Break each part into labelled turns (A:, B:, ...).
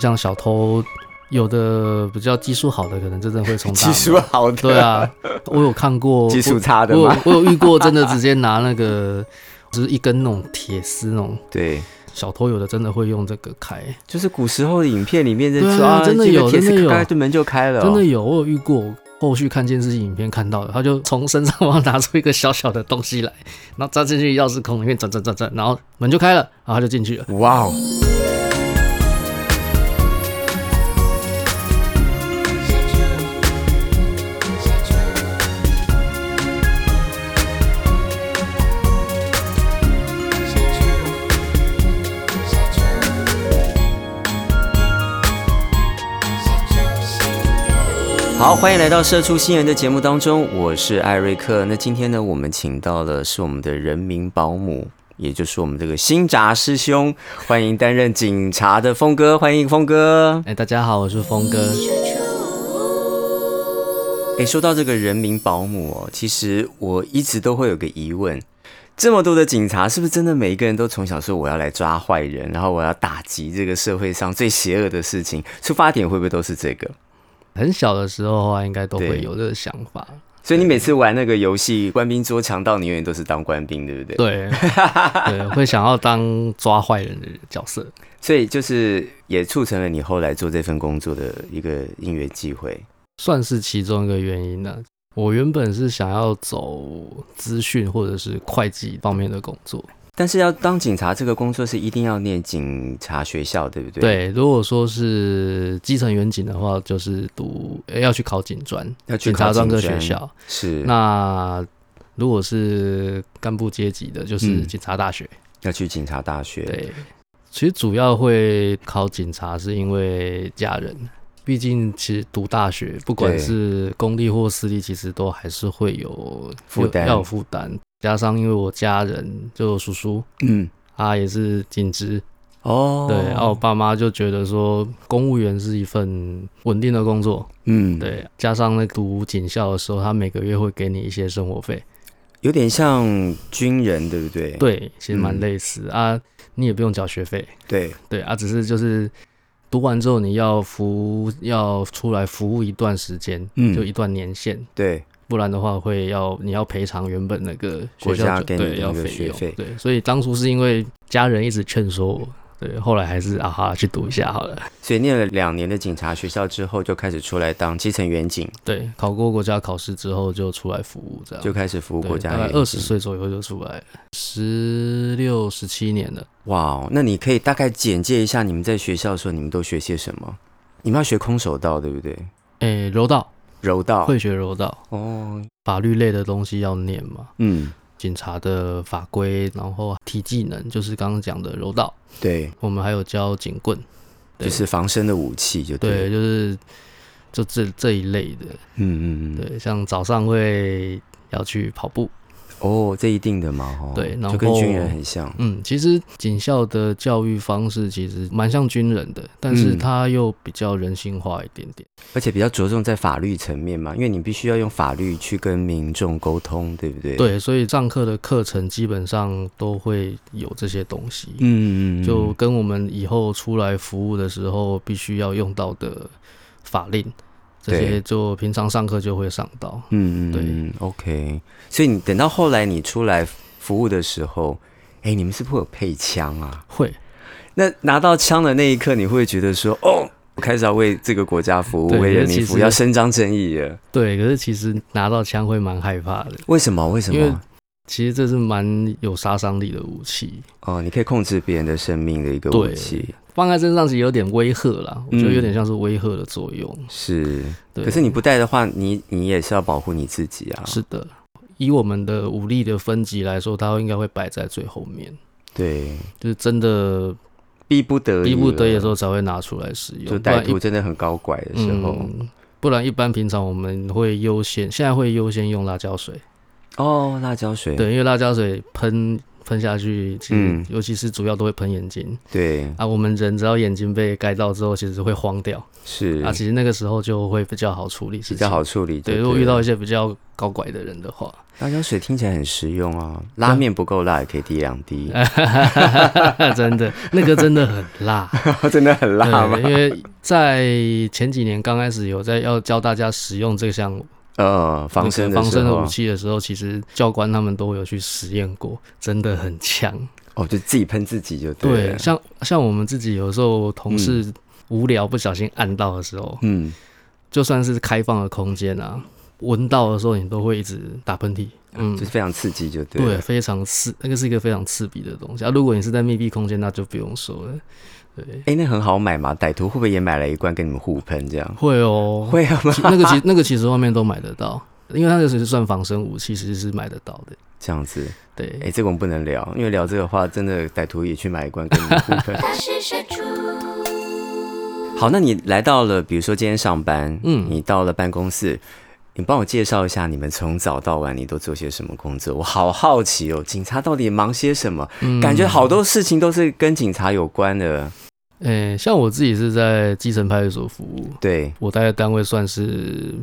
A: 像小偷，有的比较技术好的，可能真的会从大
B: 技术好的，
A: 对，啊，我有看过
B: 技术差的
A: 我有
B: 嘛，
A: 我有遇过，真的直接拿那个就是一根那种铁丝那种
B: 对，
A: 小偷，有的真的会用这个开，
B: 就是古时候的影片里面在
A: 对啊
B: 说啊，
A: 真的
B: 这个
A: 有
B: 铁
A: 真的
B: 丝
A: 有
B: 开对门就开了哦，
A: 真的有我有遇过。后续看电视影片看到的，他就从身上往拿出一个小小的东西来，然后扎进去钥匙孔里面，转转转转，然后门就开了，然后他就进去了。
B: 哇哦！好，欢迎来到《社畜新人》的节目当中，我是艾瑞克。那今天呢，我们请到的是我们的人民保姆，也就是我们这个新闸师兄，欢迎担任警察的峰哥，欢迎峰哥。
A: 哎、大家好，我是峰哥。
B: 诶，说到这个人民保姆哦，其实我一直都会有个疑问：这么多的警察，是不是真的每一个人都从小说我要来抓坏人，然后我要打击这个社会上最邪恶的事情？出发点会不会都是这个？
A: 很小的时候啊，应该都会
B: 对
A: 有这个想法。
B: 所以你每次玩那个游戏《官兵捉强盗》，你永远都是当官兵，对不对？。
A: 对，对，会想要当抓坏人的角色。
B: 所以就是也促成了你后来做这份工作的一个因缘机会。
A: 算是其中一个原因呢、我原本是想要走资讯或者是会计方面的工作。
B: 但是要当警察这个工作是一定要念警察学校，对不对？。
A: 对，如果说是基层员警的话，就是读、呃要去考警专，
B: 要去
A: 警察
B: 考
A: 专
B: 警
A: 科学
B: 专
A: 校。
B: 是。
A: 那如果是干部阶级的，就是
B: 嗯
A: 警察大学。
B: 要去警察大学。。
A: 对，其实主要会考警察是因为家人，毕竟其实读大学，不管
B: 对
A: 是公立或私立，其实都还是会有
B: 负担
A: 要有负担。加上因为我家人就叔叔，
B: 嗯。
A: 他也是警职，
B: 哦。
A: 对，然后我爸妈就觉得说公务员是一份稳定的工作，
B: 嗯，。
A: 对，加上那读警校的时候，他每个月会给你一些生活费，
B: 有点像军人，对不对？
A: 对，其实蛮
B: 嗯
A: 类似、啊，你也不用缴学费，
B: 对
A: 对啊，只是就是读完之后你要服要出来服务一段时间，
B: 嗯
A: 就一段年限，
B: 对
A: 不然的话会要你要赔偿原本那个学
B: 国家
A: 校就
B: 给你的
A: 对要
B: 那个
A: 费
B: 学
A: 用
B: 费
A: 对，所以当初是因为家人一直劝说我，对，后来还是啊哈去读一下好了，
B: 所以念了两年的警察学校之后，就开始出来当基层员警，
A: 对，考过国家考试之后就出来服务这样，
B: 就开始服务
A: 哦对
B: 国家
A: 大概
B: 员
A: 二十
B: 警
A: 岁左右就出来了，十六十七年了。
B: 哇哦，那你可以大概简介一下你们在学校的时候，你们都学些什么？你们要学空手道，对不对？
A: 诶，柔道
B: 柔道
A: 会学柔道，
B: 哦，
A: 法律类的东西要念嘛，
B: 嗯，
A: 警察的法规，然后体技能就是刚刚讲的柔道，
B: 对，
A: 我们还有教警棍，对
B: 就是防身的武器就
A: 对，
B: 了
A: 就是就这这一类的，
B: 嗯嗯嗯，，
A: 对，像早上会要去跑步，
B: 哦，这一定的嘛，哦，
A: 对然后
B: 就跟军人很像，
A: 嗯，其实警校的教育方式其实蛮像军人的，但是
B: 嗯
A: 它又比较人性化一点点，
B: 而且比较着重在法律层面嘛，因为你必须要用法律去跟民众沟通，对不对？，
A: 对，所以上课的课程基本上都会有这些东西，
B: 嗯嗯嗯，
A: 就跟我们以后出来服务的时候必须要用到的法令，这
B: 对
A: 些就平常上课就会上到。
B: 嗯嗯，
A: 对
B: 嗯，OK。所以你等到后来你出来服务的时候，哎，你们是不是会有配枪啊？
A: 会，
B: 那拿到枪的那一刻，你会觉得说，哦，我开始要为这个国家服务，
A: 对
B: 为人
A: 尤
B: 民
A: 其
B: 服务，
A: 是
B: 要伸张正义了。
A: 对，可是其实拿到枪会蛮害怕的，
B: 为什么？为什
A: 因为
B: 么？
A: 其实这是蛮有杀伤力的武器，
B: 哦，你可以控制别人的生命的一个武
A: 对
B: 器，
A: 放在身上其实有点威吓啦，我觉得
B: 嗯
A: 有点像是威吓的作用。
B: 是。
A: 对，
B: 可是你不带的话，你你也是要保护你自己啊。
A: 是的，以我们的武力的分级来说，它应该会摆在最后面，
B: 对，
A: 就是真的
B: 逼不得
A: 逼
B: 已，
A: 不得已的时，候才会拿出来使用，
B: 就
A: 不然
B: 歹
A: 一
B: 徒真的很高拐的时候，
A: 嗯不然一般平常我们会优先，现在会优先用辣椒水，
B: 哦，辣椒水，
A: 对，因为辣椒水喷喷下去，其实
B: 嗯
A: 尤其是主要都会喷眼睛
B: 对，
A: 啊。我们人只要眼睛被盖到之后，其实会慌掉
B: 是
A: 啊。其实那个时候就会比较好处理事情，
B: 比较好处理。
A: 对，
B: 对，
A: 如果遇到一些比较高拐的人的 话，
B: 辣椒水听起来很实用啊，拉面不够辣也可以滴两滴，
A: 哎真的那个真的很辣，
B: 真的很 辣
A: 对，
B: 吗？
A: 因为在前几年刚开始有在要教大家使用这项
B: 呃，防身
A: 防身的
B: 的
A: 武器的时候，其实教官他们都会有去实验过，真的很强。
B: 哦，就自己喷自己就 对啊嗯
A: 对，
B: 了。
A: 像像我们自己有时候同事无聊不小心按到的时候，
B: 嗯，
A: 就算是开放的空间啊，闻到的时候你都会一直打喷嚏。嗯
B: 啊就，是非常刺激就对啊
A: 对，
B: 了。
A: 非常刺，那个是一个非常刺鼻的东西啊。如果你是在密闭空间，那就不用说了。对，
B: 哎，那很好买嘛，歹徒会不会也买了一罐跟你们互喷这样？
A: 会哦，
B: 会啊吗？
A: 其那个其那个其实外面都买得到，因为它那个是算防身武器，其实是买得到的。
B: 这样子，
A: 对，
B: 哎，这个我们不能聊，因为聊这个话，真的歹徒也去买一罐跟你们互喷。好，那你来到了，比如说今天上班，
A: 嗯
B: 嗯，你到了办公室，你帮我介绍一下你们从早到晚你都做些什么工作？我好好奇哦，警察到底忙些什么？
A: 嗯
B: 感觉好多事情都是跟警察有关的。
A: 诶、像我自己是在基层派出所服务，
B: 对，
A: 我待的单位算是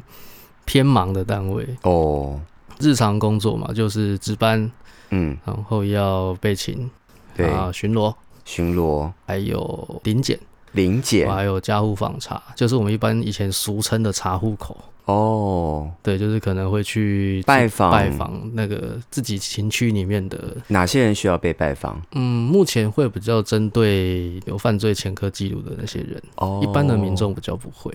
A: 偏忙的单位，
B: 哦，
A: 日常工作嘛，就是值班，
B: 嗯，
A: 然后要备勤，
B: 对，
A: 啊，巡逻，
B: 巡逻、
A: 还有临检，
B: 临检，
A: 还有家户访查，就是我们一般以前俗称的查户口。
B: 哦，
A: 对，就是可能会去
B: 拜访
A: 拜访那个自己情区里面的，
B: 哪些人需要被拜访？
A: 嗯，目前会比较针对有犯罪前科记录的那些人，
B: 哦，
A: 一般的民，众比较不会。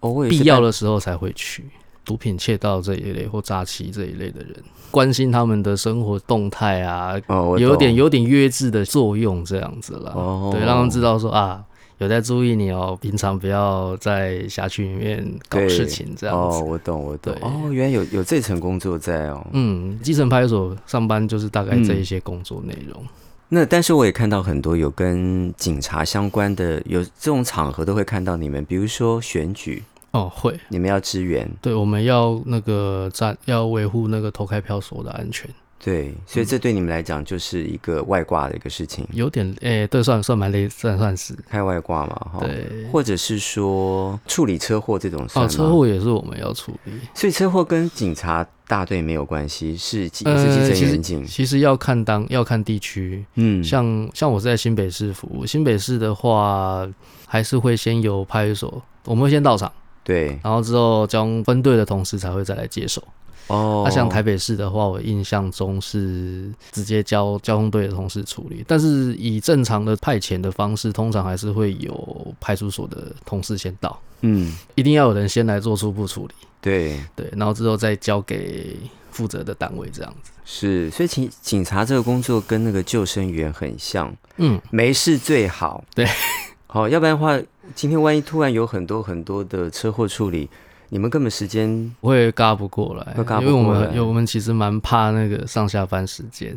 B: 哦，我也是
A: 必要
B: 拜，
A: 的时候才会去。毒品窃盗这一类或诈欺这一类的人，关心他们的生活动态啊，
B: 哦，我
A: 有点
B: 懂，
A: 有点约制的作用这样子啦。
B: 哦
A: 对，让他们知道说啊，有在注意你哦，平常不要在辖区里面搞
B: 对
A: 事情这样
B: 哦，
A: 子。
B: 我懂，我懂，
A: 对
B: 哦，原来有有这层工作在哦。
A: 嗯，基层派出所上班就是大概这
B: 嗯
A: 一些工作内容。
B: 那但是我也看到很多有跟警察相关的，有这种场合都会看到你们，比如说选举，
A: 哦，会，
B: 你们要支援，
A: 对，我们要那个站，要维护那个投开票所的安全，嗯
B: 对，所以这对你们来讲就是一个外挂的一个事情，
A: 有点诶、对，算算蛮累，算算是
B: 开外挂嘛，哈，
A: 对。
B: 或者是说处理车祸这种算
A: 哦，
B: 吗
A: 车，祸也是我们要处理。
B: 所以车祸跟警察大队没有关系，是机
A: 呃
B: 是基
A: 其
B: 层
A: 实
B: 远警，
A: 其实要看当要看地区，
B: 嗯，
A: 像像我是在新北市服务，新北市的话还是会先由派出所，我们会先到场，
B: 对，
A: 然后之后将分队的同事才会再来接手。
B: 哦
A: 那、，像台北市的话，我印象中是直接交交通队的同事处理，但是以正常的派遣的方式，通常还是会有派出所的同事先到，
B: 嗯，
A: 一定要有人先来做初步处理，
B: 对，
A: 对，然后之后再交给负责的单位这样子。
B: 是，所以警警察这个工作跟那个救生员很像，
A: 嗯，
B: 没事最好。
A: 对，
B: 好，要不然的话，今天万一突然有很多很多的车祸处理，你们根本时间
A: 会嘎不过来，
B: 会嘎不
A: 因为我
B: 过来
A: 们有我们其实蛮怕那个上下班时间，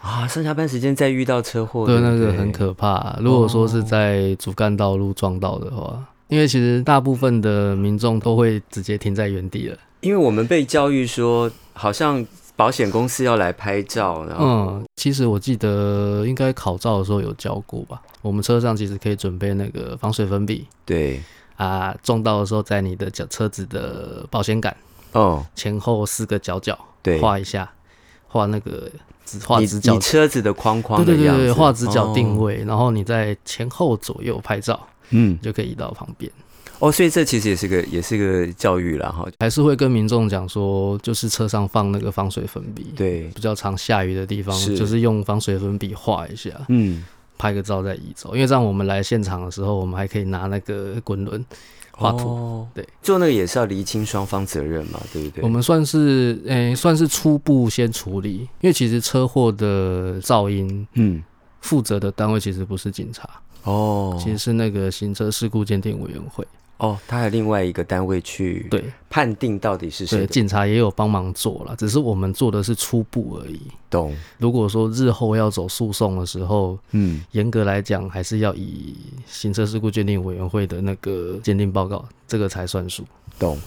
B: 啊，上下班时间再遇到车祸，
A: 对
B: 不
A: 那个很可怕。如果说
B: 哦
A: 是在主干道路撞到的话，因为其实大部分的民众都会直接停在原地了。
B: 因为我们被教育说，好像保险公司要来拍照，然后、
A: 嗯，其实我记得应该考照的时候有教过吧。我们车上其实可以准备那个防水粉笔
B: 对，
A: 啊，撞到的时候在你的脚车子的保险杆
B: 哦，
A: 前后四个角角
B: 对，
A: 画一下，画那个指画
B: 你
A: 直角
B: 你车子的框框的
A: 对对
B: 样
A: 对对，
B: 子，
A: 画直角定
B: 哦
A: 位，然后你在前后左右拍照，
B: 嗯
A: 你，就可以移到旁边。
B: 哦，所以这其实也是个也是个教育了哈，
A: 还是会跟民众讲说，就是车上放那个防水粉笔，，
B: 对，
A: 比较常下雨的地方，
B: 是
A: 就是用防水粉笔画一下，
B: 嗯，
A: 拍个照再移走。因为这样我们来现场的时候，我们还可以拿那个滚轮画图。
B: 哦
A: 对，
B: 做那个也是要厘清双方责任嘛，对不对？
A: 我们算是，诶、算是初步先处理，因为其实车祸的噪音
B: 嗯，
A: 负责的单位其实不是警察，
B: 哦，
A: 其实是那个行车事故鉴定委员会。
B: 哦，他还有另外一个单位去
A: 对，
B: 判定到底是谁
A: 对，
B: 的
A: 警察也有帮忙做了，只是我们做的是初步而已。
B: 懂，
A: 如果说日后要走诉讼的时候，
B: 嗯，
A: 严格来讲还是要以行车事故鉴定委员会的那个鉴定报告，这个才算数。
B: 懂。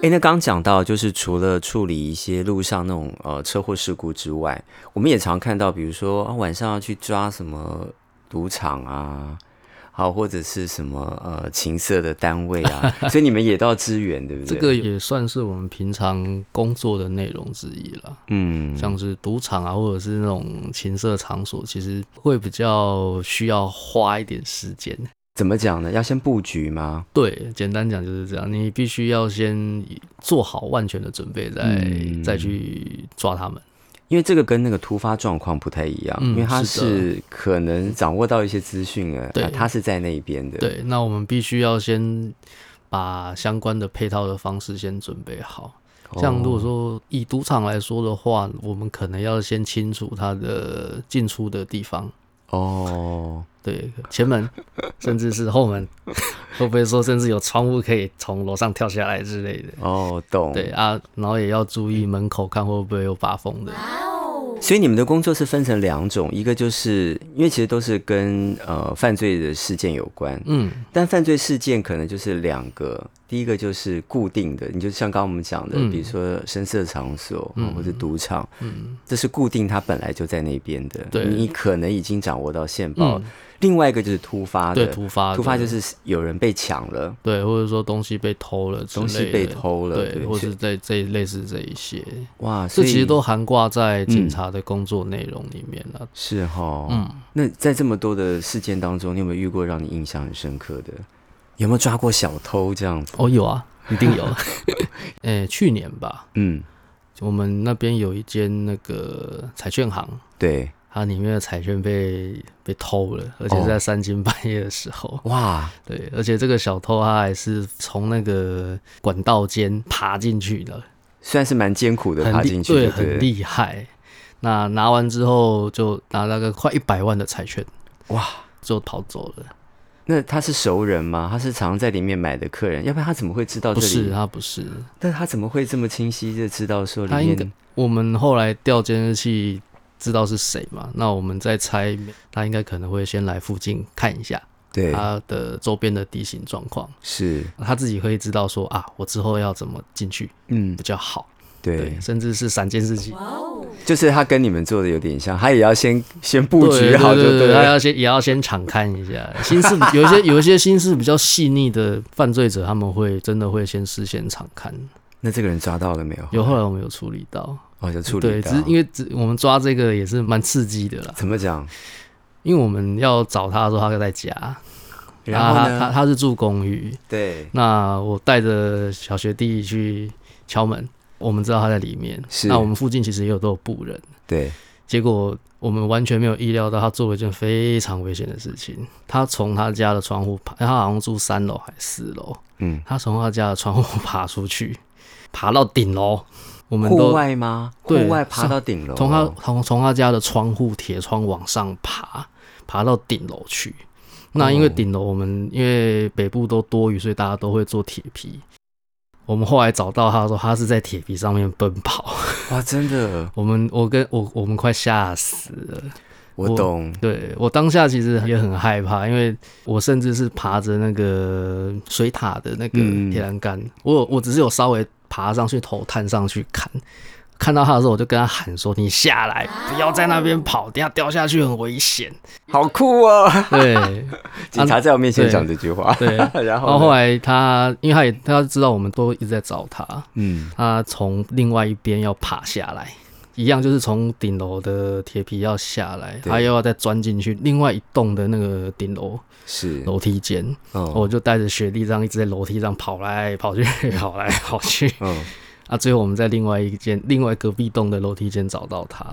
B: 哎，那刚讲到，就是除了处理一些路上那种呃车祸事故之外，我们也常看到，比如说啊晚上要去抓什么赌场啊，好或者是什么呃情色的单位啊， 所以你们也到支援，对不
A: 这
B: 对？
A: 个也算是我们平常工作的内容之一了。
B: 嗯，
A: 像是赌场啊，或者是那种情色场所，其实会比较需要花一点时间。
B: 怎么讲呢？要先布局吗？
A: 对，简单讲就是这样，你必须要先做好万全的准备，再、
B: 嗯
A: 再去抓他们。
B: 因为这个跟那个突发状况不太一样，
A: 嗯
B: 因为他
A: 是的
B: 是可能掌握到一些资讯啊，
A: 对
B: 啊他是在那一边的，，
A: 对，那我们必须要先把相关的配套的方式先准备好。
B: 哦
A: 像如果说以赌场来说的话，我们可能要先清楚它的进出的地方，
B: 哦，
A: 对，前 门甚至是后门，会不会说甚至有窗户可以从楼上跳下来之类的？
B: 哦，懂，
A: 对啊，然后也要注意门口看会不会有把风的。
B: 所以你们的工作是分成两种，一个就是因为其实都是跟呃犯罪的事件有关，
A: 嗯，
B: 但犯罪事件可能就是两个，第一个就是固定的，你就像刚刚我们讲的，
A: 嗯
B: 比如说深色场所、
A: 嗯
B: 或者赌场，
A: 嗯
B: 这是固定，它本来就在那边的，
A: 对
B: 你可能已经掌握到线报。
A: 嗯，
B: 另外一个就是突发
A: 对，
B: 哦的，
A: 突发的
B: 突发就是有人被抢了，
A: 对，或者说东西被偷了之类
B: 东
A: 的，
B: 西被偷了，
A: 对，或
B: 所以
A: 是这这类似这一些，
B: 哇，
A: 这
B: 所以
A: 其实都涵挂在警
B: 嗯
A: 察的工作内容里面啊了。
B: 是哈，
A: 嗯，
B: 那在这么多的事件当中，你有没有遇过让你印象很深刻的？有没有抓过小偷这样子？
A: 哦，有啊，一定 有。 诶、去年吧，
B: 嗯，
A: 我们那边有一间那个彩券行，
B: 对，
A: 它里面的彩券被被偷了，而且是在三更半夜的时候。
B: 哦哇，
A: 对，而且这个小偷他还是从那个管道间爬进去的，
B: 虽然是蛮艰苦的
A: 很
B: 爬
A: 厉
B: 进去，
A: 对，
B: 对，
A: 很，厉害。那拿完之后就拿了个快一百万的彩券，
B: 哇。
A: 就逃走了。
B: 那他是熟人吗？他是常在里面买的客人，要不然他怎么会知道这
A: 不
B: 里？
A: 是，啊他不是，
B: 那他怎么会这么清晰的知道说里
A: 他应该
B: 面？
A: 我们后来调监视器知道是谁嘛，那我们再猜他应该可能会先来附近看一下
B: 对，
A: 他的周边的地形状况，
B: 是，
A: 他自己可以知道说啊，我之后要怎么进去
B: 嗯
A: 比，较好，
B: 对
A: 对，，甚至是闪监视器，
B: 就是他跟你们做的有点像，他也要先先布
A: 对
B: 局好就
A: 对对对，他
B: 了。
A: 要先也要先敞看一下，心思有一些有一些心思比较细腻的犯罪者，他们会真的会先事先敞看，
B: 那这个人抓到了没有？
A: 有后来我们有处理到，
B: 哦，就处
A: 对，
B: 理
A: 只
B: 到。
A: 是因为啊只我们抓这个也是蛮刺激的啦。
B: 怎么讲？
A: 因为我们要找他的时候，他就在家，
B: 然后
A: 他啊他
B: 呢？
A: 他是住公寓，
B: 对，
A: 那我带着小学弟去敲门，我们知道他在里面，
B: 是
A: 那我们附近其实也有都有布人，
B: 对，
A: 结果我们完全没有意料到他做了一件非常危险的事情，他从他家的窗户爬，他好像住三楼还是四楼，
B: 嗯，
A: 他从他家的窗户 爬出去，爬到顶楼，我们
B: 户
A: 都
B: 外吗？
A: 对
B: 户外爬
A: 上
B: 到顶楼哦，
A: 从他从从他家的窗户铁窗往上爬，爬到顶楼去。那因为
B: 哦
A: 顶楼我们因为北部都多雨，所以大家都会做铁皮。我们后来找到他说他是在铁皮上面奔跑，
B: 哇，真的，
A: 我们我跟我我们快吓死了。
B: 我
A: 我
B: 懂，
A: 对我当下其实也很害怕，因为我甚至是爬着那个水塔的那个
B: 嗯
A: 铁栏杆，我有我只是有稍微爬上去，头探上去看，看到他的时候，我就跟他喊说：“你下来，
B: 啊
A: 不要在那边跑，等一下掉下去很危 险。
B: 好 酷哦！”
A: 对对，
B: 警察在我面前
A: 啊对
B: 讲这句话，
A: 对
B: 然
A: 然后后
B: 后呢，
A: 来他，因为他也他知道我们都一直在找他，
B: 嗯，
A: 他从另外一边要爬下来，一样就是从顶楼的铁皮要下来，
B: 对
A: 他又要再钻进去另外一栋的那个顶楼
B: 是，
A: 楼梯间。
B: 哦，
A: 我就带着学弟这样一直在楼梯上跑来跑去， 跑来跑去。
B: 嗯，
A: 啊，最后我们在另外一间、另外隔壁栋的楼梯间找到他，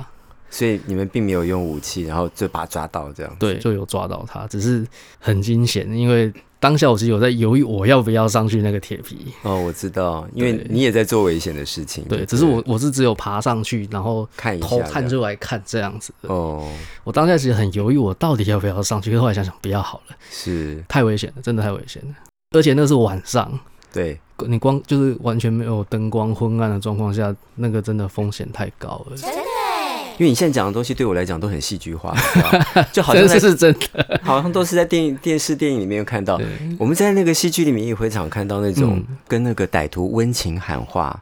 B: 所以你们并没有用武器，然后就把他抓到这样，
A: 对，就有抓到他，只是很惊险，因为当下我其实有在犹豫我要不要上去那个铁皮。
B: 哦，我知道，因为
A: 对
B: 你也在做危险的事情，
A: 对，
B: 不
A: 只是我我是只有爬上去，然后
B: 看一下
A: 头
B: 这
A: 探
B: 样
A: 出来看这样子的。
B: 哦，
A: 我当下其实很犹豫，我到底要不要上去？可是后来想想，不要好了，
B: 是，
A: 太危险了，真的太危险了。而且那是晚上，
B: 对，
A: 你光就是完全没有灯光昏暗的状况下，那个真的风险太高了。
B: 因为你现在讲的东西对我来讲都很戏剧化，你知道吗就好像
A: 这
B: 在
A: 是是真的，
B: 好像都是在电影、电视、电影里面看到。我们在那个戏剧里面也会常看到那种
A: 嗯
B: 跟那个歹徒温情喊话：“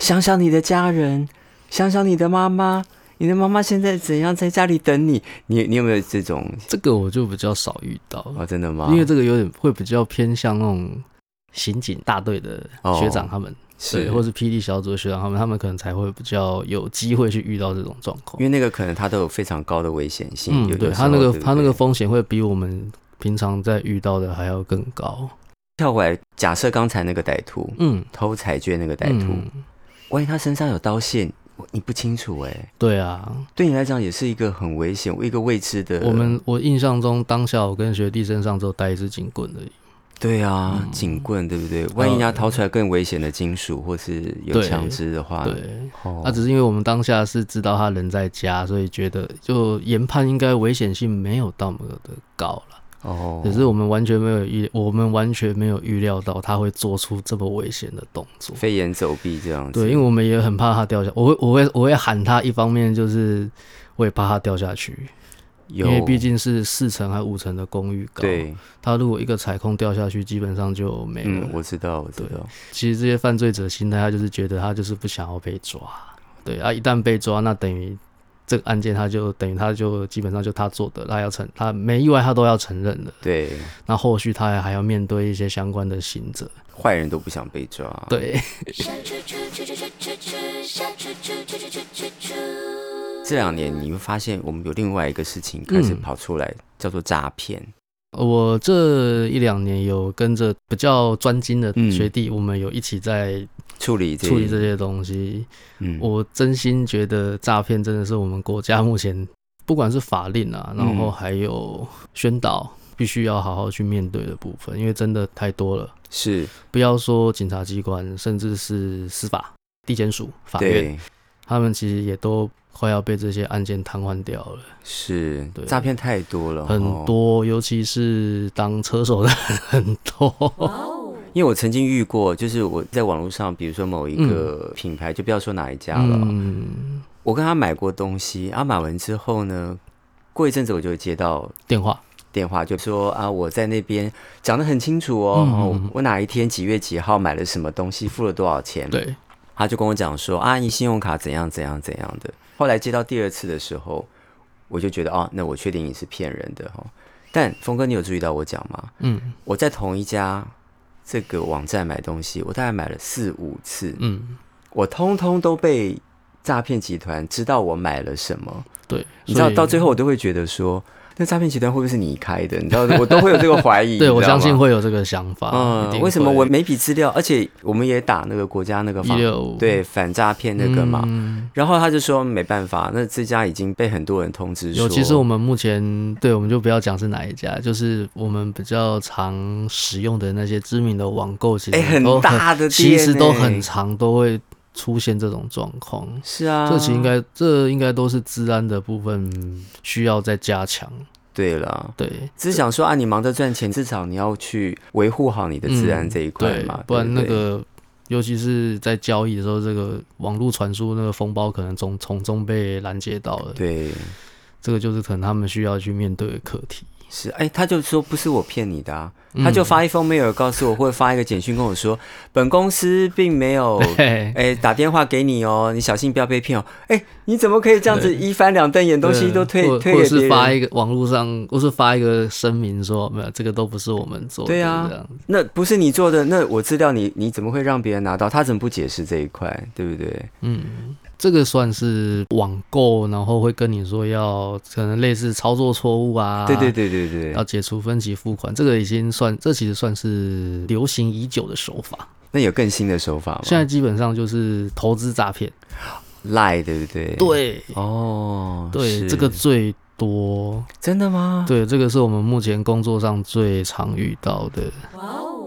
B: 想想你的家人，想想你的妈妈，你的妈妈现在怎样在家里等你？”你你有没有这种？
A: 这个我就比较少遇到，
B: 哦，真的吗？
A: 因为这个有点会比较偏向那种刑警大队的学长他们，对，
B: 哦是，
A: 或是霹雳小组的学长他们，他们可能才会比较有机会去遇到这种状况
B: 因。为那个可能它都有非常高的危险性。
A: 嗯
B: 有，
A: 对
B: 有时
A: 他
B: 候
A: 那
B: 对
A: 个
B: 不对
A: 他那个风险会比我们平常在遇到的还要更高。
B: 跳回来，假设刚才那个歹徒
A: 嗯，
B: 偷彩券那个歹徒，
A: 嗯，
B: 万一他身上有刀线，我你不清楚哎、
A: 对啊，
B: 对你来讲也是一个很危险、一个未知的。
A: 我们我印象中当下我跟学弟身上只有带一支警棍而已。
B: 对啊，警棍对不对？
A: 呃
B: 万一人家掏出来更危险的金属或是有
A: 对
B: 枪支的话，
A: 对，
B: 哦，
A: 那只是因为我们当下是知道他人在家，所以觉得就研判应该危险性没有到那么的高了。
B: 哦，
A: 只是我们完全没有预，我们完全没有预料到他会做出这么危险的动作。
B: 飞檐走壁这样子。
A: 对，因为我们也很怕他掉下，我会我会我会喊他，一方面就是我也怕他掉下去，因
B: 有
A: 为毕竟是四层还五层的公寓高，
B: 哦对，
A: 他如果一个踩空掉下去，基本上就没了。
B: 嗯，我知道，我知道，
A: 其实这些犯罪者心态，他就是觉得他就是不想要被抓，对啊，一旦被抓，那等于这个案件他就等于他就基本上就他做的，他要承他没意外他都要承认的，
B: 对，
A: 那后续他还还要面对一些相关的刑责，
B: 坏人都不想被抓。
A: 对，
B: 这两年你会发现，我们有另外一个事情开始
A: 嗯
B: 跑出来，叫做诈骗。
A: 我这一两年有跟着比较专精的
B: 嗯
A: 学弟，我们有一起在
B: 处理这
A: 处理这，些东西。
B: 嗯，
A: 我真心觉得诈骗真的是我们国家目前不管是法令
B: 嗯
A: 啊，然后还有宣导，必须要好好去面对的部分，因为真的太多了。
B: 是
A: 不要说警察机关，甚至是司法、地检署、法院，
B: 对，
A: 他们其实也都快要被这些案件瘫痪掉了。
B: 是
A: 对
B: 诈骗太多了，
A: 很
B: 哦
A: 多，尤其是当车手的很多。
B: 因为我曾经遇过，就是我在网络上，比如说某一个品牌，就不要说哪一家了，
A: 嗯，
B: 我跟他买过东西，啊，买完之后呢，过一阵子我就会接到
A: 电话，
B: 电话，就说啊，我在那边讲得很清楚哦，
A: 嗯
B: 哦我哪一天几月几号买了什么东西，付了多少钱，，
A: 对，
B: 他就跟我讲说啊，你信用卡怎样怎样怎样的。后来接到第二次的时候，我就觉得哦，那我确定你是骗人的哦。但峰哥，你有注意到我讲吗？
A: 嗯
B: 我在同一家这个网站买东西，我大概买了四五次，
A: 嗯，
B: 我通通都被诈骗集团知道我买了什么。
A: 对，
B: 你知道，
A: 所以
B: 到最后我都会觉得说，那诈骗集团会不会是你开的？你知道，我都会有这个怀疑。
A: 对
B: 你
A: 我
B: 知道吗
A: 相信。会有这个想法。一
B: 嗯，
A: 定
B: 为什么
A: 会
B: 我每笔资料，而且我们也打那个国家那个法
A: 有
B: 对反诈骗那个嘛，
A: 嗯
B: 然后他就说没办法，那这家已经被很多人通知说，
A: 尤其是我们目前，对，我们就不要讲是哪一家，就是我们比较常使用的那些知名的网购，其
B: 哎、
A: 实都
B: 很
A: 很，
B: 大的店、
A: 其实都很
B: 哎
A: 常都会出现这种状况。
B: 是啊，
A: 这其实应该，这应该都是治安的部分需要再加强。
B: 对了。
A: 对，
B: 只是想说啊，你忙着赚钱，至少你要去维护好你的治安
A: 嗯
B: 这一块
A: 对
B: 嘛，，
A: 不然那
B: 对对
A: 个，尤其是在交易的时候，这个网络传输那个风暴可能从从中被拦截到了。，
B: 对
A: 这个就是可能他们需要去面对的课题。
B: 是哎、他就说不是我骗你的啊，
A: 嗯
B: 他就发一封 mail 告诉我，或者发一个简讯跟我说， 本公司并 没有
A: 嘿
B: 哎、打电话给你哦，你小心不要被骗哦。哎、你怎么可以这样子一翻两瞪眼，东西都推
A: 或
B: 推
A: 或
B: 给
A: 者
B: 别
A: 是发
B: 人？
A: 一个网络上，或是发一个声明说没有，这个都不是我们做的，
B: 对啊
A: 这样子
B: 那不是你做的，那我资料你你怎么会让别人拿到？他怎么不解释这一块，对不对？
A: 嗯，这个算是网购，然后会跟你说要可能类似操作错误啊，
B: 对对，对对
A: 要
B: 对。
A: 解除分期付款，这个已经算，这其实算是流行已久的手法，
B: 那有更新的手法吗？
A: 现在基本上就是投资诈骗，
B: 赖，对不对？，
A: 对
B: 哦，
A: 对，
B: 是
A: 这个最多，
B: 真的吗？
A: 对，这个是我们目前工作上最常遇到的，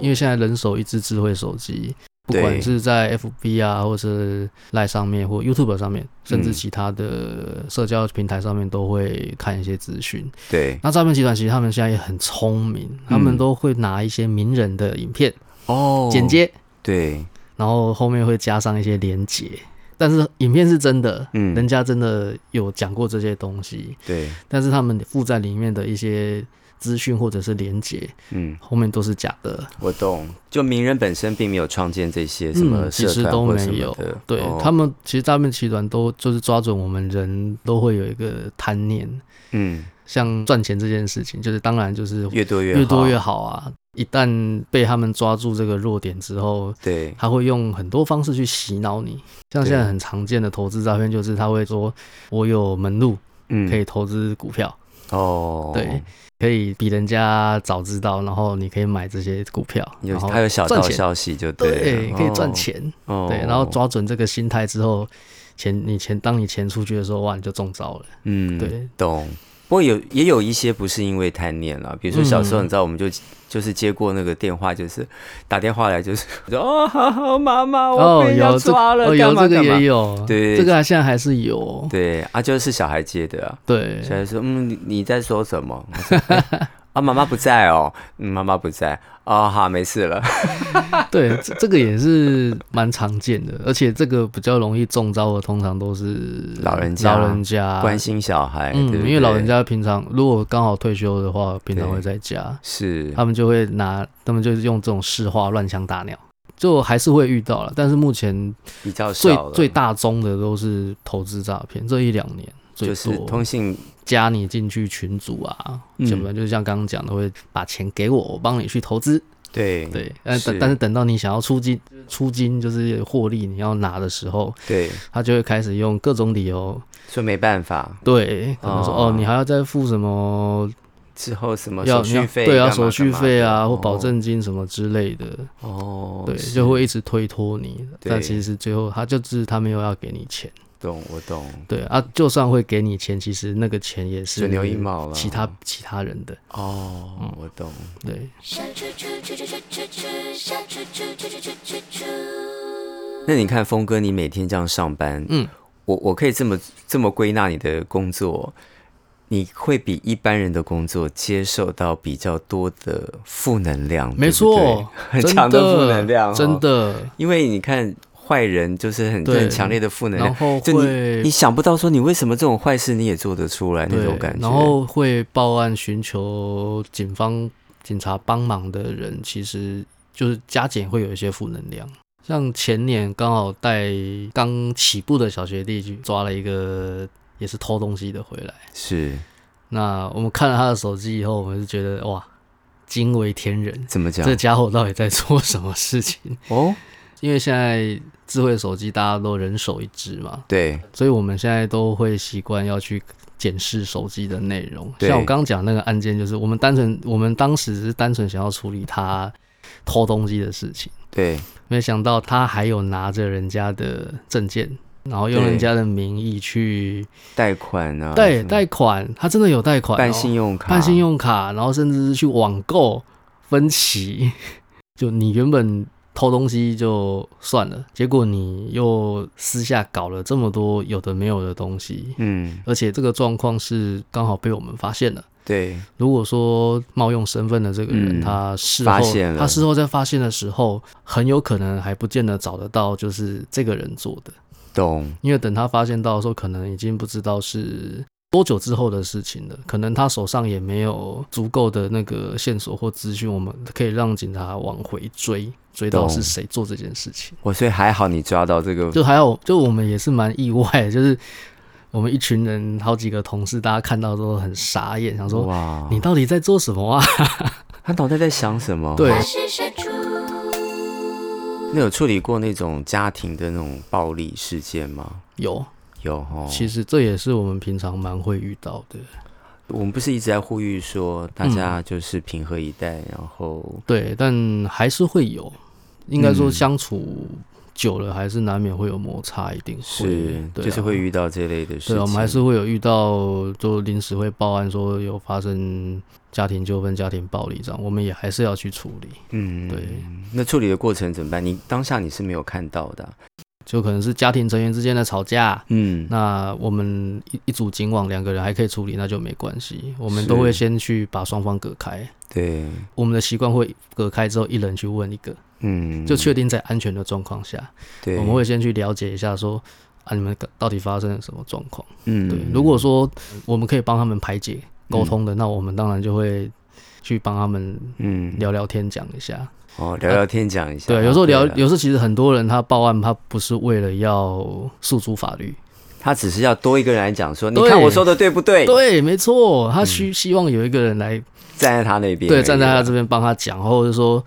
A: 因为现在人手一只智慧手机，不
B: 对
A: 管是在 FB 啊，或是 Line 上面，或 YouTube 上
B: 嗯
A: 面，甚至其他的社交平台上面，都会看一些资讯。
B: 对，
A: 那诈骗集团其实他们现在也很聪明，
B: 嗯
A: 他们都会拿一些名人的影片、
B: 哦，
A: 剪，接，
B: 对，
A: 然后后面会加上一些连接。但是影片是真的，
B: 嗯
A: 人家真的有讲过这些东西，
B: 对，
A: 但是他们附在里面的一些资讯或者是连接，
B: 嗯，
A: 后面都是假的，
B: 我懂。就名人本身并没有创建这些什么
A: 嗯，其
B: 社
A: 实
B: 团
A: 都
B: 或什
A: 没
B: 么
A: 有
B: 的，。
A: 对、
B: 哦
A: 他们，其实诈骗集团都就是抓准我们人都会有一个贪念，
B: 嗯，
A: 像赚钱这件事情，就是当然就是
B: 越多越
A: 越多越好
B: 好。
A: 啊。一旦被他们抓住这个弱点之后，
B: 对，
A: 他会用很多方式去洗脑你。像现在很常见的投资诈骗，就是他会说：“我有门路，
B: 嗯，
A: 可以投资股票，
B: 哦，
A: 对，可以比人家早知道，然后你可以买这些股票，
B: 有
A: 然后
B: 他有小道
A: 赚钱
B: 消息就
A: 对，
B: 了
A: 可以赚
B: 哦
A: 钱。
B: 哦
A: 对，然后抓准这个心态之后，钱你钱当你钱出去的时候，哇，你就中招了。
B: 嗯，
A: 对，
B: 懂。不过有也有一些不是因为贪念啦，比如说小时候
A: 嗯
B: 你知道，我们就、就是接过那个电话，就是打电话来，就是 说哦，好好妈妈，我
A: 哦，
B: 被人家
A: 有这
B: 抓了，
A: 哦，
B: 干
A: 有
B: 嘛
A: 这个
B: 干嘛
A: 也有，
B: 对
A: 这个现在还是有，
B: 对啊，就是小孩接的啊。
A: 对，
B: 小孩说，嗯，你你在说什么？ 我说哎啊，妈妈不在哦，嗯，妈妈不在，哦，好，没事了。
A: 对，这这个也是蛮常见的，而且这个比较容易中招的，通常都是
B: 老人家
A: 老人家
B: 关，心小孩，
A: 啊嗯，
B: 对不对
A: 因为老人家平常如果刚好退休的话，平常会在家，
B: 是
A: 他们就会拿，他们就是用这种市话乱枪打鸟，就还是会遇到了，但是目前
B: 比较
A: 最
B: 少了
A: 最大宗的都是投资诈骗，这一两年最
B: 就
A: 多、
B: 是通信
A: 加你进去群组啊，
B: 嗯
A: 什么、就像刚刚讲的，会把钱给我，我帮你去投资。
B: 对
A: 对，但
B: 嗯是
A: 但但是等到你想要出金出金就是获利，你要拿的时候，
B: 对，
A: 他就会开始用各种理由，
B: 说没办法，
A: 对，可能说
B: 哦
A: 哦你还要再付什么
B: 之后什么
A: 要
B: 手
A: 你要
B: 续费
A: 对啊
B: 干嘛
A: 手续
B: 干嘛
A: 费啊
B: 的
A: 或保证金什么之类的，
B: 哦，
A: 对，
B: 是
A: 就会一直推脱你，
B: 对
A: 但其实最后他就只是他没有要给你钱。
B: 懂我懂，
A: 对啊，就算会给你钱，其实那个钱也是
B: 九牛一毛了。
A: 其他嗯其他人的。
B: 哦，我懂。
A: 对，
B: 那你看峰哥，你每天这样上班，
A: 嗯，
B: 我我可以这么这么归纳你的工作，你会比一般人的工作接受到比较多的负能量，对
A: 没
B: 不对
A: 错，
B: 很强的负能量哦
A: 真的。
B: 因为你看坏人就是很
A: 对
B: 很强烈的负能
A: 然
B: 量，
A: 后
B: 就你
A: 会
B: 你想不到说你为什么这种坏事你也做得出来那
A: 对
B: 种感觉，
A: 然后会报案寻求警方、警察帮忙的人，其实就是加减会有一些负能量。像前年刚好带刚起步的小学弟去抓了一个也是偷东西的回来，
B: 是
A: 那我们看了他的手机以后，我们就觉得哇，惊为天人，
B: 怎么讲
A: 这家伙到底在做什么事情？
B: 哦，
A: 因为现在智慧手机大家都人手一只嘛，
B: 对，
A: 所以我们现在都会习惯要去检视手机的内容。
B: 对
A: 像我刚刚讲那个案件，就是我们单纯我们当时只是单纯想要处理他偷东西的事情，
B: 对，
A: 没想到他还有拿着人家的证件，然后用
B: 对
A: 人家的名义去
B: 贷款啊，
A: 贷
B: 什么
A: 贷款，他真的有贷款、哦，
B: 办信用卡，
A: 办信用卡，然后甚至是去网购分期， 就你原本偷东西就算了，结果你又私下搞了这么多有的没有的东西，
B: 嗯，
A: 而且这个状况是刚好被我们发现了。
B: 对，
A: 如果说冒用身份的这个人，
B: 嗯
A: 他事
B: 发
A: 后
B: 现了
A: 他事后在发现的时候，很有可能还不见得找得到就是这个人做的，
B: 懂，
A: 因为等他发现到的时候，可能已经不知道是多久之后的事情了，可能他手上也没有足够的那个线索或资讯，我们可以让警察往回追，追到
B: 懂
A: 是谁做这件事情。
B: 我所以还好你抓到这个，
A: 就还有，就我们也是蛮意外的，就是我们一群人好几个同事，大家看到都很傻眼，想说
B: 哇，哦
A: 你到底在做什么啊？
B: 他脑袋在想什么？
A: 对，
B: 那有处理过那种家庭的那种暴力事件吗？
A: 有，
B: 有哦，
A: 其实这也是我们平常蛮会遇到的。
B: 我们不是一直在呼吁说大
A: 嗯
B: 家就是平和以待，然后
A: 对，但还是会有，应该说
B: 嗯
A: 相处久了，还是难免会有摩擦，一定会，
B: 是
A: 对啊、
B: 就是会遇到这类的事情。
A: 对啊，我们还是会有遇到，就临时会报案说有发生家庭纠纷、家庭暴力这样，我们也还是要去处理。
B: 嗯
A: 对，
B: 那处理的过程怎么办？你当下你是没有看到的啊、
A: 就可能是家庭成员之间的吵架。
B: 嗯，
A: 那我们一一组警网两个人还可以处理，那就没关系。我们都会
B: 是
A: 先去把双方隔开，
B: 对，
A: 我们的习惯会隔开之后，一人去问一个，
B: 嗯，
A: 就确定在安全的状况下，
B: 对，
A: 我们会先去了解一下说啊，你们到底发生了什么状况。
B: 嗯，
A: 对，如果说我们可以帮他们排解沟通的，那我们当然就会去帮他们
B: 嗯
A: 聊聊天，讲一下。
B: 哦聊聊天讲一下，
A: 对，有时候聊，
B: 啊
A: 有时候其实很多人他报案，他不是为了要诉诸法律，
B: 他只是要多一个人来讲说，你
A: 对
B: 看我说的对不对？
A: 对，没错，他需
B: 嗯
A: 希望有一个人来，
B: 站在他那边而已啊，
A: 对，站在他这边帮他讲，或者说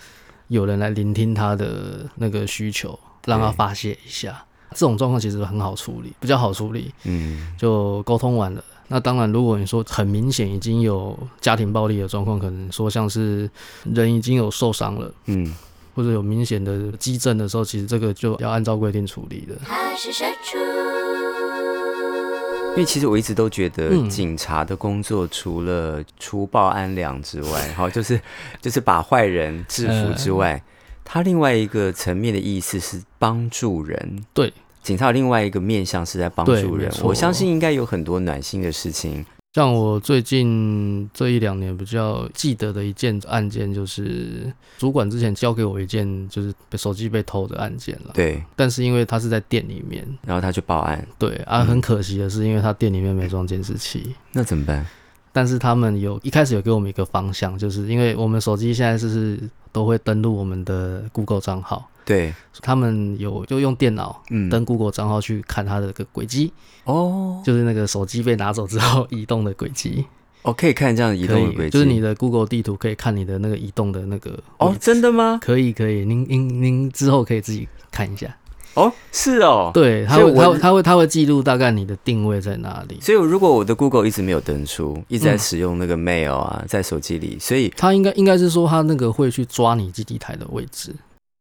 A: 有人来聆听他的那个需求，让他发泄一下。这种状况其实很好处理，比较好处理。
B: 嗯，
A: 就沟通完了。那当然，如果你说很明显已经有家庭暴力的状况，可能说像是人已经有受伤了，
B: 嗯
A: 或者有明显的激症的时候，其实这个就要按照规定处理了。
C: 他是社畜，
B: 因为其实我一直都觉得
A: 嗯，
B: 警察的工作除了除暴安良之 外，好、就是就是把坏人制服
A: 嗯
B: 之外，他另外一个层面的意思是帮助人。
A: 对，
B: 警察有另外一个面向是在帮
A: 对
B: 助人
A: 没。错
B: 我相信应该有很多暖心的事情。
A: 像我最近这一两年比较记得的一件案件，就是主管之前交给我一件就是被手机被偷的案件了。，
B: 对，
A: 但是因为他是在店里面，
B: 然后他去报案，
A: 对啊，很可惜的是，因为他店里面没装监视器。
B: 那怎么办？
A: 但是他们有一开始有给我们一个方向，就是因为我们手机现在就是都会登录我们的 Google 账号，
B: 对，
A: 他们有就用电脑
B: 嗯
A: 登 Google 账号去看它的个轨迹，
B: 哦，
A: 就是那个手机被拿走之后移动的轨迹，
B: 哦，可以看这样移动的
A: 可
B: 轨
A: 以
B: 迹，
A: 就是你的 Google 地图可以看你的那个移动的那个
B: 哦
A: 位，置
B: 真的吗？
A: 可以可以，您您您之后可以自己看一下，
B: 哦，是哦，。
A: 对，它
B: 所以
A: 会它
B: 我
A: 会它会它会记录大概你的定位在哪里，
B: 所以，如果我的 Google 一直没有登出，一直在
A: 嗯
B: 使用那个 Mail 啊，在手机里，所以
A: 它应该应该是说它那个会去抓你基地台的位置。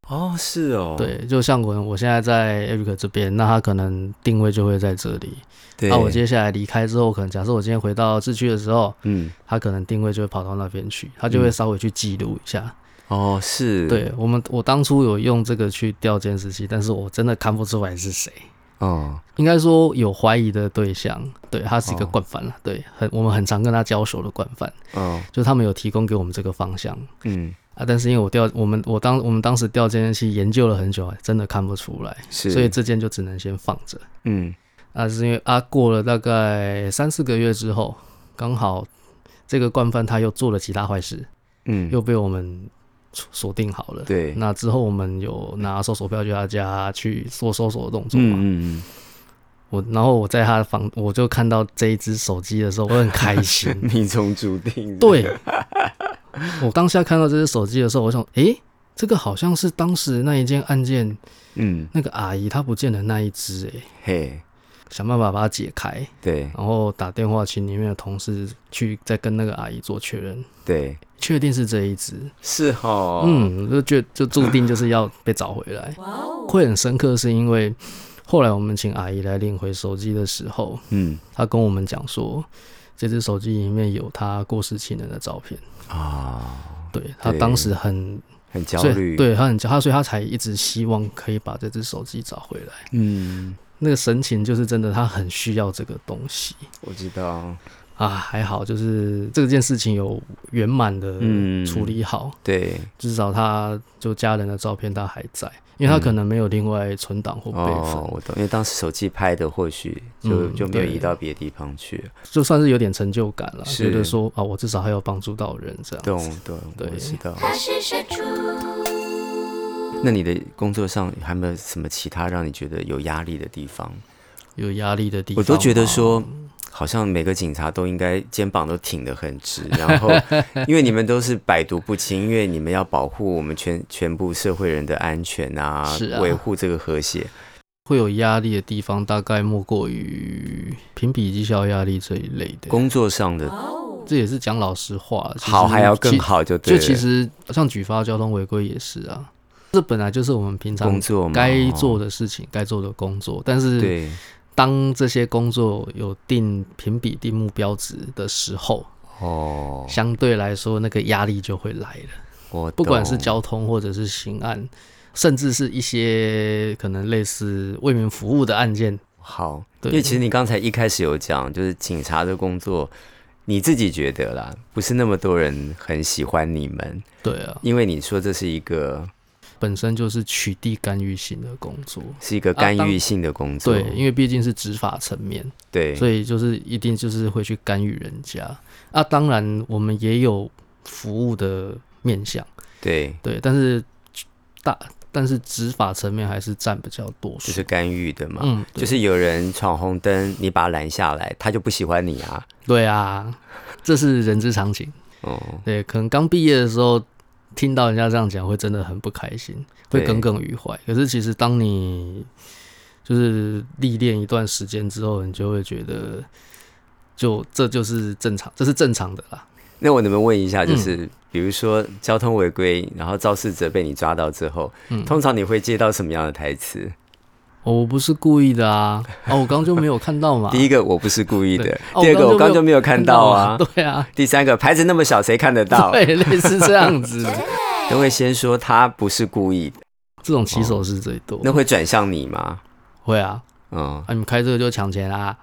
B: 哦，是哦，
A: 对，就像我我现在在 Eric 这边，那他可能定位就会在这里。
B: 对，
A: 那、啊我接下来离开之后，可能假设我今天回到市区的时候，
B: 嗯，
A: 他可能定位就会跑到那边去，他就会稍微去记录一下。
B: 哦，是，，
A: 对我们，我当初有用这个去调监视器，但是我真的看不出来是谁。
B: 哦，
A: 应该说有怀疑的对象，对他是一个
B: 哦
A: 惯犯了，对，很我们很常跟他交手的惯犯，
B: 哦，
A: 就他们有提供给我们这个方向
B: 嗯，
A: 啊，但是因为我调我们我当我们当时调监视器研究了很久，真的看不出来，
B: 是，
A: 所以，这件就只能先放着。
B: 嗯，
A: 啊，是因为啊，过了大概三四个月之后，刚好这个惯犯他又做了其他坏事，
B: 嗯，
A: 又被我们锁锁定好了。
B: 对
A: 那之后我们有拿搜索票去他家去做搜索的动作嘛？
B: 嗯嗯嗯，。
A: 我然后我在他的房，我就看到这一只手机的时候，我很开心
B: 嗯命中注定，，
A: 对，我当下看到这只手机的时候，我想，诶、这个好像是当时那一件案件
B: 嗯，
A: 那个阿姨她不见的那一只，诶，
B: 嘿，
A: 想办法把它解开。
B: 对
A: 然后打电话请里面的同事去再跟那个阿姨做确认，
B: 对，
A: 确定是这一只，
B: 是哦，，
A: 嗯，就就就注定就是要被找回来。会很深刻，是因为后来我们请阿姨来领回手机的时候，
B: 嗯，
A: 她跟我们讲说，这只手机里面有她过世亲人的照片。
B: 啊，
A: 对她
B: 对
A: 当时很
B: 很焦
A: 所以
B: 虑，，
A: 对她很焦，她所以她才一直希望可以把这只手机找回来。
B: 嗯，
A: 那个神情就是真的，她很需要这个东西。
B: 我知道，
A: 啊，还好，就是这件事情有圆满的
B: 嗯
A: 处理好，
B: 对，
A: 至少他就家人的照片他还在，因为他可能没有另外存档或备份，
B: 哦，我懂，因为当时手机拍的，或许就
A: 嗯
B: 就没有
A: 对
B: 移到别的地方去了，
A: 就算是有点成就感了，
B: 是
A: 觉得说啊，我至少还有帮助到人这样。
B: 懂懂，我
A: 对
B: 知道。
C: 他是社畜，
B: 那你的工作上还没有什么其他让你觉得有压力的地方？
A: 有压力的地方
B: 我
A: 吗，
B: 都觉得说，好像每个警察都应该肩膀都挺得很 直，然后因为你们都是百毒不侵，因为你们要保护我们全全部社会人的安全啊，
A: 是啊
B: 维护这个和谐。
A: 会有压力的地方，大概莫过于评比绩效压力这一类的。
B: 工作上
A: 哦
B: 的
A: 这也是讲老实话，其实
B: 好还要更
A: 其。
B: 好就对
A: 就
B: 了，
A: 其实像举发交通违规也是啊，这本来就是我们平常
B: 工作嘛
A: 该
B: 哦
A: 做的事情、该做的工作，但是
B: 对
A: 当这些工作有定评比、定目标值的时候，
B: 哦，
A: 相对来说那个压力就会来了。
B: 我
A: 不管是
B: 懂
A: 交通或者是刑案，甚至是一些可能类似为民服务的案件。
B: 好，
A: 对
B: 因为其实你刚才一开始有讲，就是警察的工作，你自己觉得啦，不是那么多人很喜欢你们，
A: 对啊，
B: 因为你说这是一个
A: 本身就是取缔干预型的工作。
B: 是一个
A: 啊
B: 干
A: 当
B: 预性的工作，
A: 对，因为毕竟是执法层面，
B: 啊对
A: 所以就是一定就是会去干预人家。啊，当然我们也有服务的面向，
B: 对，
A: 对，但是大但是执法层面还是占比较多数。
B: 就是干预的嘛。
A: 嗯，对
B: 就是有人闯红灯，你把他拦下来，他就不喜欢你啊。
A: 对啊，这是人之常情。
B: 哦，
A: 对，可能刚毕业的时候听到人家这样讲，会真的很不开心，会
B: 对
A: 耿耿于怀。可是其实当你就是历练一段时间之后，你就会觉得，就这就是正常，这是正常的啦。
B: 那我能不能问一下，就是、比如说交通违规，然后肇事者被你抓到之后，
A: 嗯
B: 通常你会接到什么样的台词？
A: 哦我不是故意的啊，哦，我刚就没有看到嘛。
B: 第一个我不是故意的
A: 对，哦
B: 第二啊个我刚
A: 就
B: 就没有看到啊。
A: 对啊，
B: 第三个牌子那么小，谁看得到？
A: 对，类似这样 子，
B: 都会先说他不是故意的，
A: 这种起手式最多。
B: 哦那会转向你吗？
A: 会啊，
B: 嗯，
A: 啊，你们开这个就抢钱啦。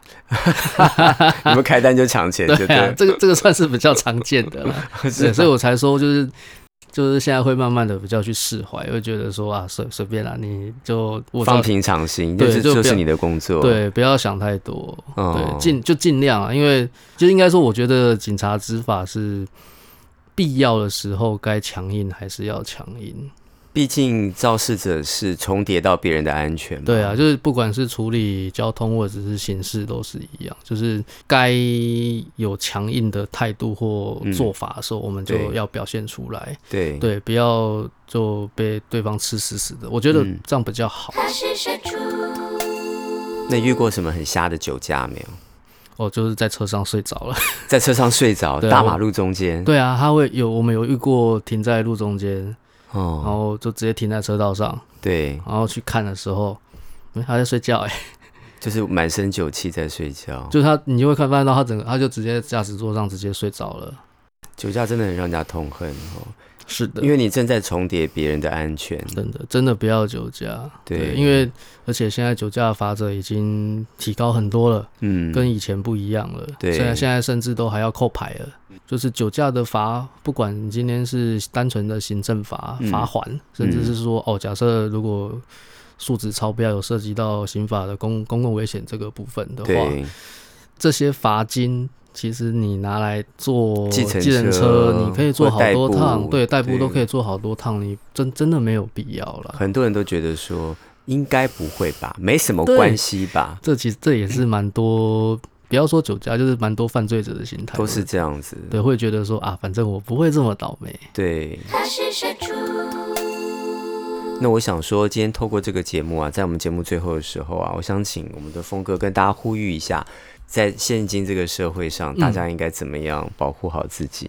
B: 你们开单就抢钱，对
A: 对啊
B: 对，？啊
A: 这个这个算是比较常见的 了。对，所以我才说就是就是现在会慢慢的比较去释怀，会觉得说啊随随便啦、你就我知道
B: 放平常心，就
A: 对
B: 是
A: 就不
B: 就
A: 要
B: 是你的工作，，
A: 对，不要想太多，
B: 哦
A: 对，尽就尽量啊，因为就应该说，我觉得警察执法是必要的时候该强硬还是要强硬。
B: 毕竟肇事者是重叠到别人的安全，
A: 对啊，，就是不管是处理交通或者是刑事都是一样，就是该有强硬的态度或
B: 嗯
A: 做法的时候，我们
B: 对嗯
A: 就要表现出来。
B: 对，
A: 对，不要就被对方吃死死的，我觉得
B: 嗯
A: 这样比较好。
B: 那遇过什么很瞎的酒驾没有？
A: 哦，就是在车上睡着了。
B: 在车上睡着，
A: 对啊
B: 大
A: 我
B: 马路中间，
A: 对啊，他会有我们有遇过停在路中间，然
B: 哦，
A: 后就直接停在车道上，
B: 对，
A: 然后去看的时候，诶他在睡觉哎、
B: 就是满身酒气在睡觉，
A: 就是他你就会看发现到他整个他就直接在驾驶座上直接睡着了。
B: 酒驾真的很让人家痛恨哦，
A: 是的
B: 因为你正在重叠别人的安全，
A: 真的真的不要酒驾，
B: 对
A: 因为而且现在酒驾的罚则已经提高很多了。
B: 嗯，
A: 跟以前不一样了。
B: 对嗯
A: 现在现在甚至都还要扣牌了。就是酒驾的罚，不管你今天是单纯的行政罚
B: 嗯
A: 罚款，甚至是说哦，假设如果数值超标有涉及到刑法的公公共危险这个部分的话，
B: 对，
A: 这些罚金。其实你拿来坐
B: 计程车
A: 车你可以做好多
B: 或代步
A: 趟，对，代步
B: 对
A: 都可以做好多趟，你真真的没有必要了。
B: 很多人都觉得说应该不会吧，没什么
A: 对
B: 关系吧，
A: 这其实这也是蛮多，不要说酒驾，就是蛮多犯罪者的心态，
B: 都是这样子，
A: 对，会觉得说啊，反正我不会这么倒霉。
B: 对。那我想说，今天透过这个节目啊，在我们节目最后的时候啊，我想请我们的峰哥跟大家呼吁一下，在现今这个社会上，
A: 嗯
B: 大家应该怎么样保护好自己？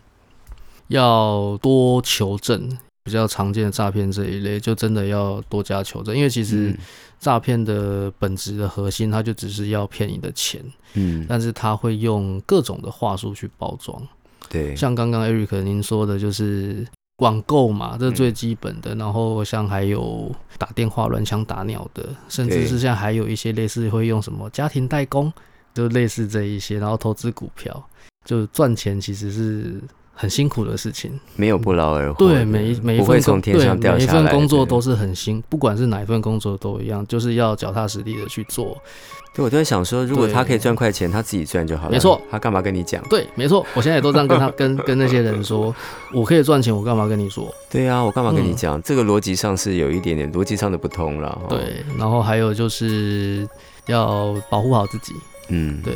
A: 要多求证，比较常见的诈骗这一类，就真的要多加求证，因为其实
B: 嗯
A: 诈骗的本质的核心，它就只是要骗你的钱，
B: 嗯，
A: 但是他会用各种的话术去包装，
B: 对，
A: 像刚刚 Eric 您说的，就是。网购嘛，这是
B: 嗯
A: 最基本的。然后像还有打电话乱枪打鸟的，甚
B: 对
A: 至是像还有一些类似会用什么家庭代工，就类似这一些。然后投资股票，就赚钱其实是很辛苦的事情。
B: 没有不劳而获的，
A: 对，每一每一
B: 不会
A: 份
B: 从
A: 工
B: 天上
A: 对
B: 掉
A: 每一
B: 下来的，
A: 份工作都是很辛，不管是哪一份工作都一样，就是要脚踏实地的去做。
B: 对，我都在想说，如果
A: 对
B: 他可以赚快钱，他自己赚就好了。
A: 没错，
B: 他干嘛跟你讲？
A: 对，没错，我现在也都这样 跟他跟跟那些人说，我可以赚钱，我干嘛跟你说？
B: 对啊，我干嘛跟你
A: 嗯
B: 讲？这个逻辑上是有一点点逻辑上的不通了。哦，
A: 对，然后还有就是要保护好自己，
B: 嗯，
A: 对。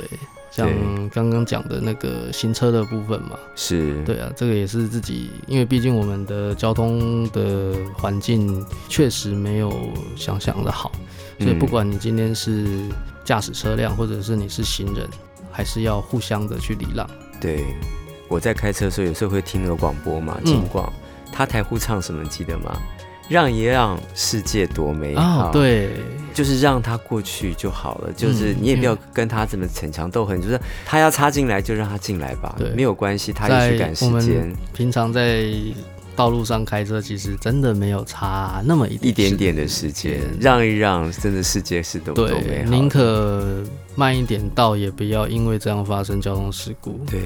A: 像刚刚讲的那个行车的部分嘛，
B: 是，
A: 对啊，这个也是自己，因为毕竟我们的交通的环境确实没有想象的好，所以不
B: 嗯
A: 管你今天是驾驶车辆，或者是你是行人，还是要互相的去礼让。
B: 对，我在开车的时候，有时候会听那个广播嘛，
A: 嗯
B: 警广，他台呼唱什么，你记得吗？让一让，世界多美好。
A: 啊，，对，
B: 就是让他过去就好了，就是
A: 嗯
B: 你也不要
A: 因
B: 跟他怎么逞强斗狠，就是他要插进来就让他进来吧
A: 对，
B: 没有关系，他也
A: 在
B: 许赶时
A: 我们
B: 间。
A: 平常在道路上开车，其实真的没有差那么一
B: 一点
A: 点
B: 点的世界，让一让，真的世界是多多美
A: 对，
B: 好
A: 宁
B: 的。
A: 可慢一点到，也不要因为这样发生交通事故。
B: 对，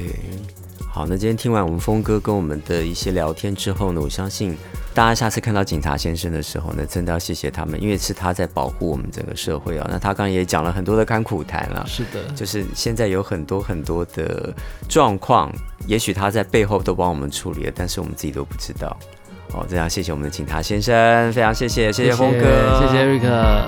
B: 好，那今天听完我们峰哥跟我们的一些聊天之后呢，我相信大家下次看到警察先生的时候呢，真的要谢谢他们，因为是他在保护我们整个社会啊。那他刚刚也讲了很多的甘苦谈 了、
A: 是的，
B: 就是现在有很多很多的状况，也许他在背后都帮我们处理了，但是我们自己都不知道。哦，这样谢谢我们的警察先生，非常谢谢，谢
A: 谢
B: 峰哥，
A: 谢谢 Eric。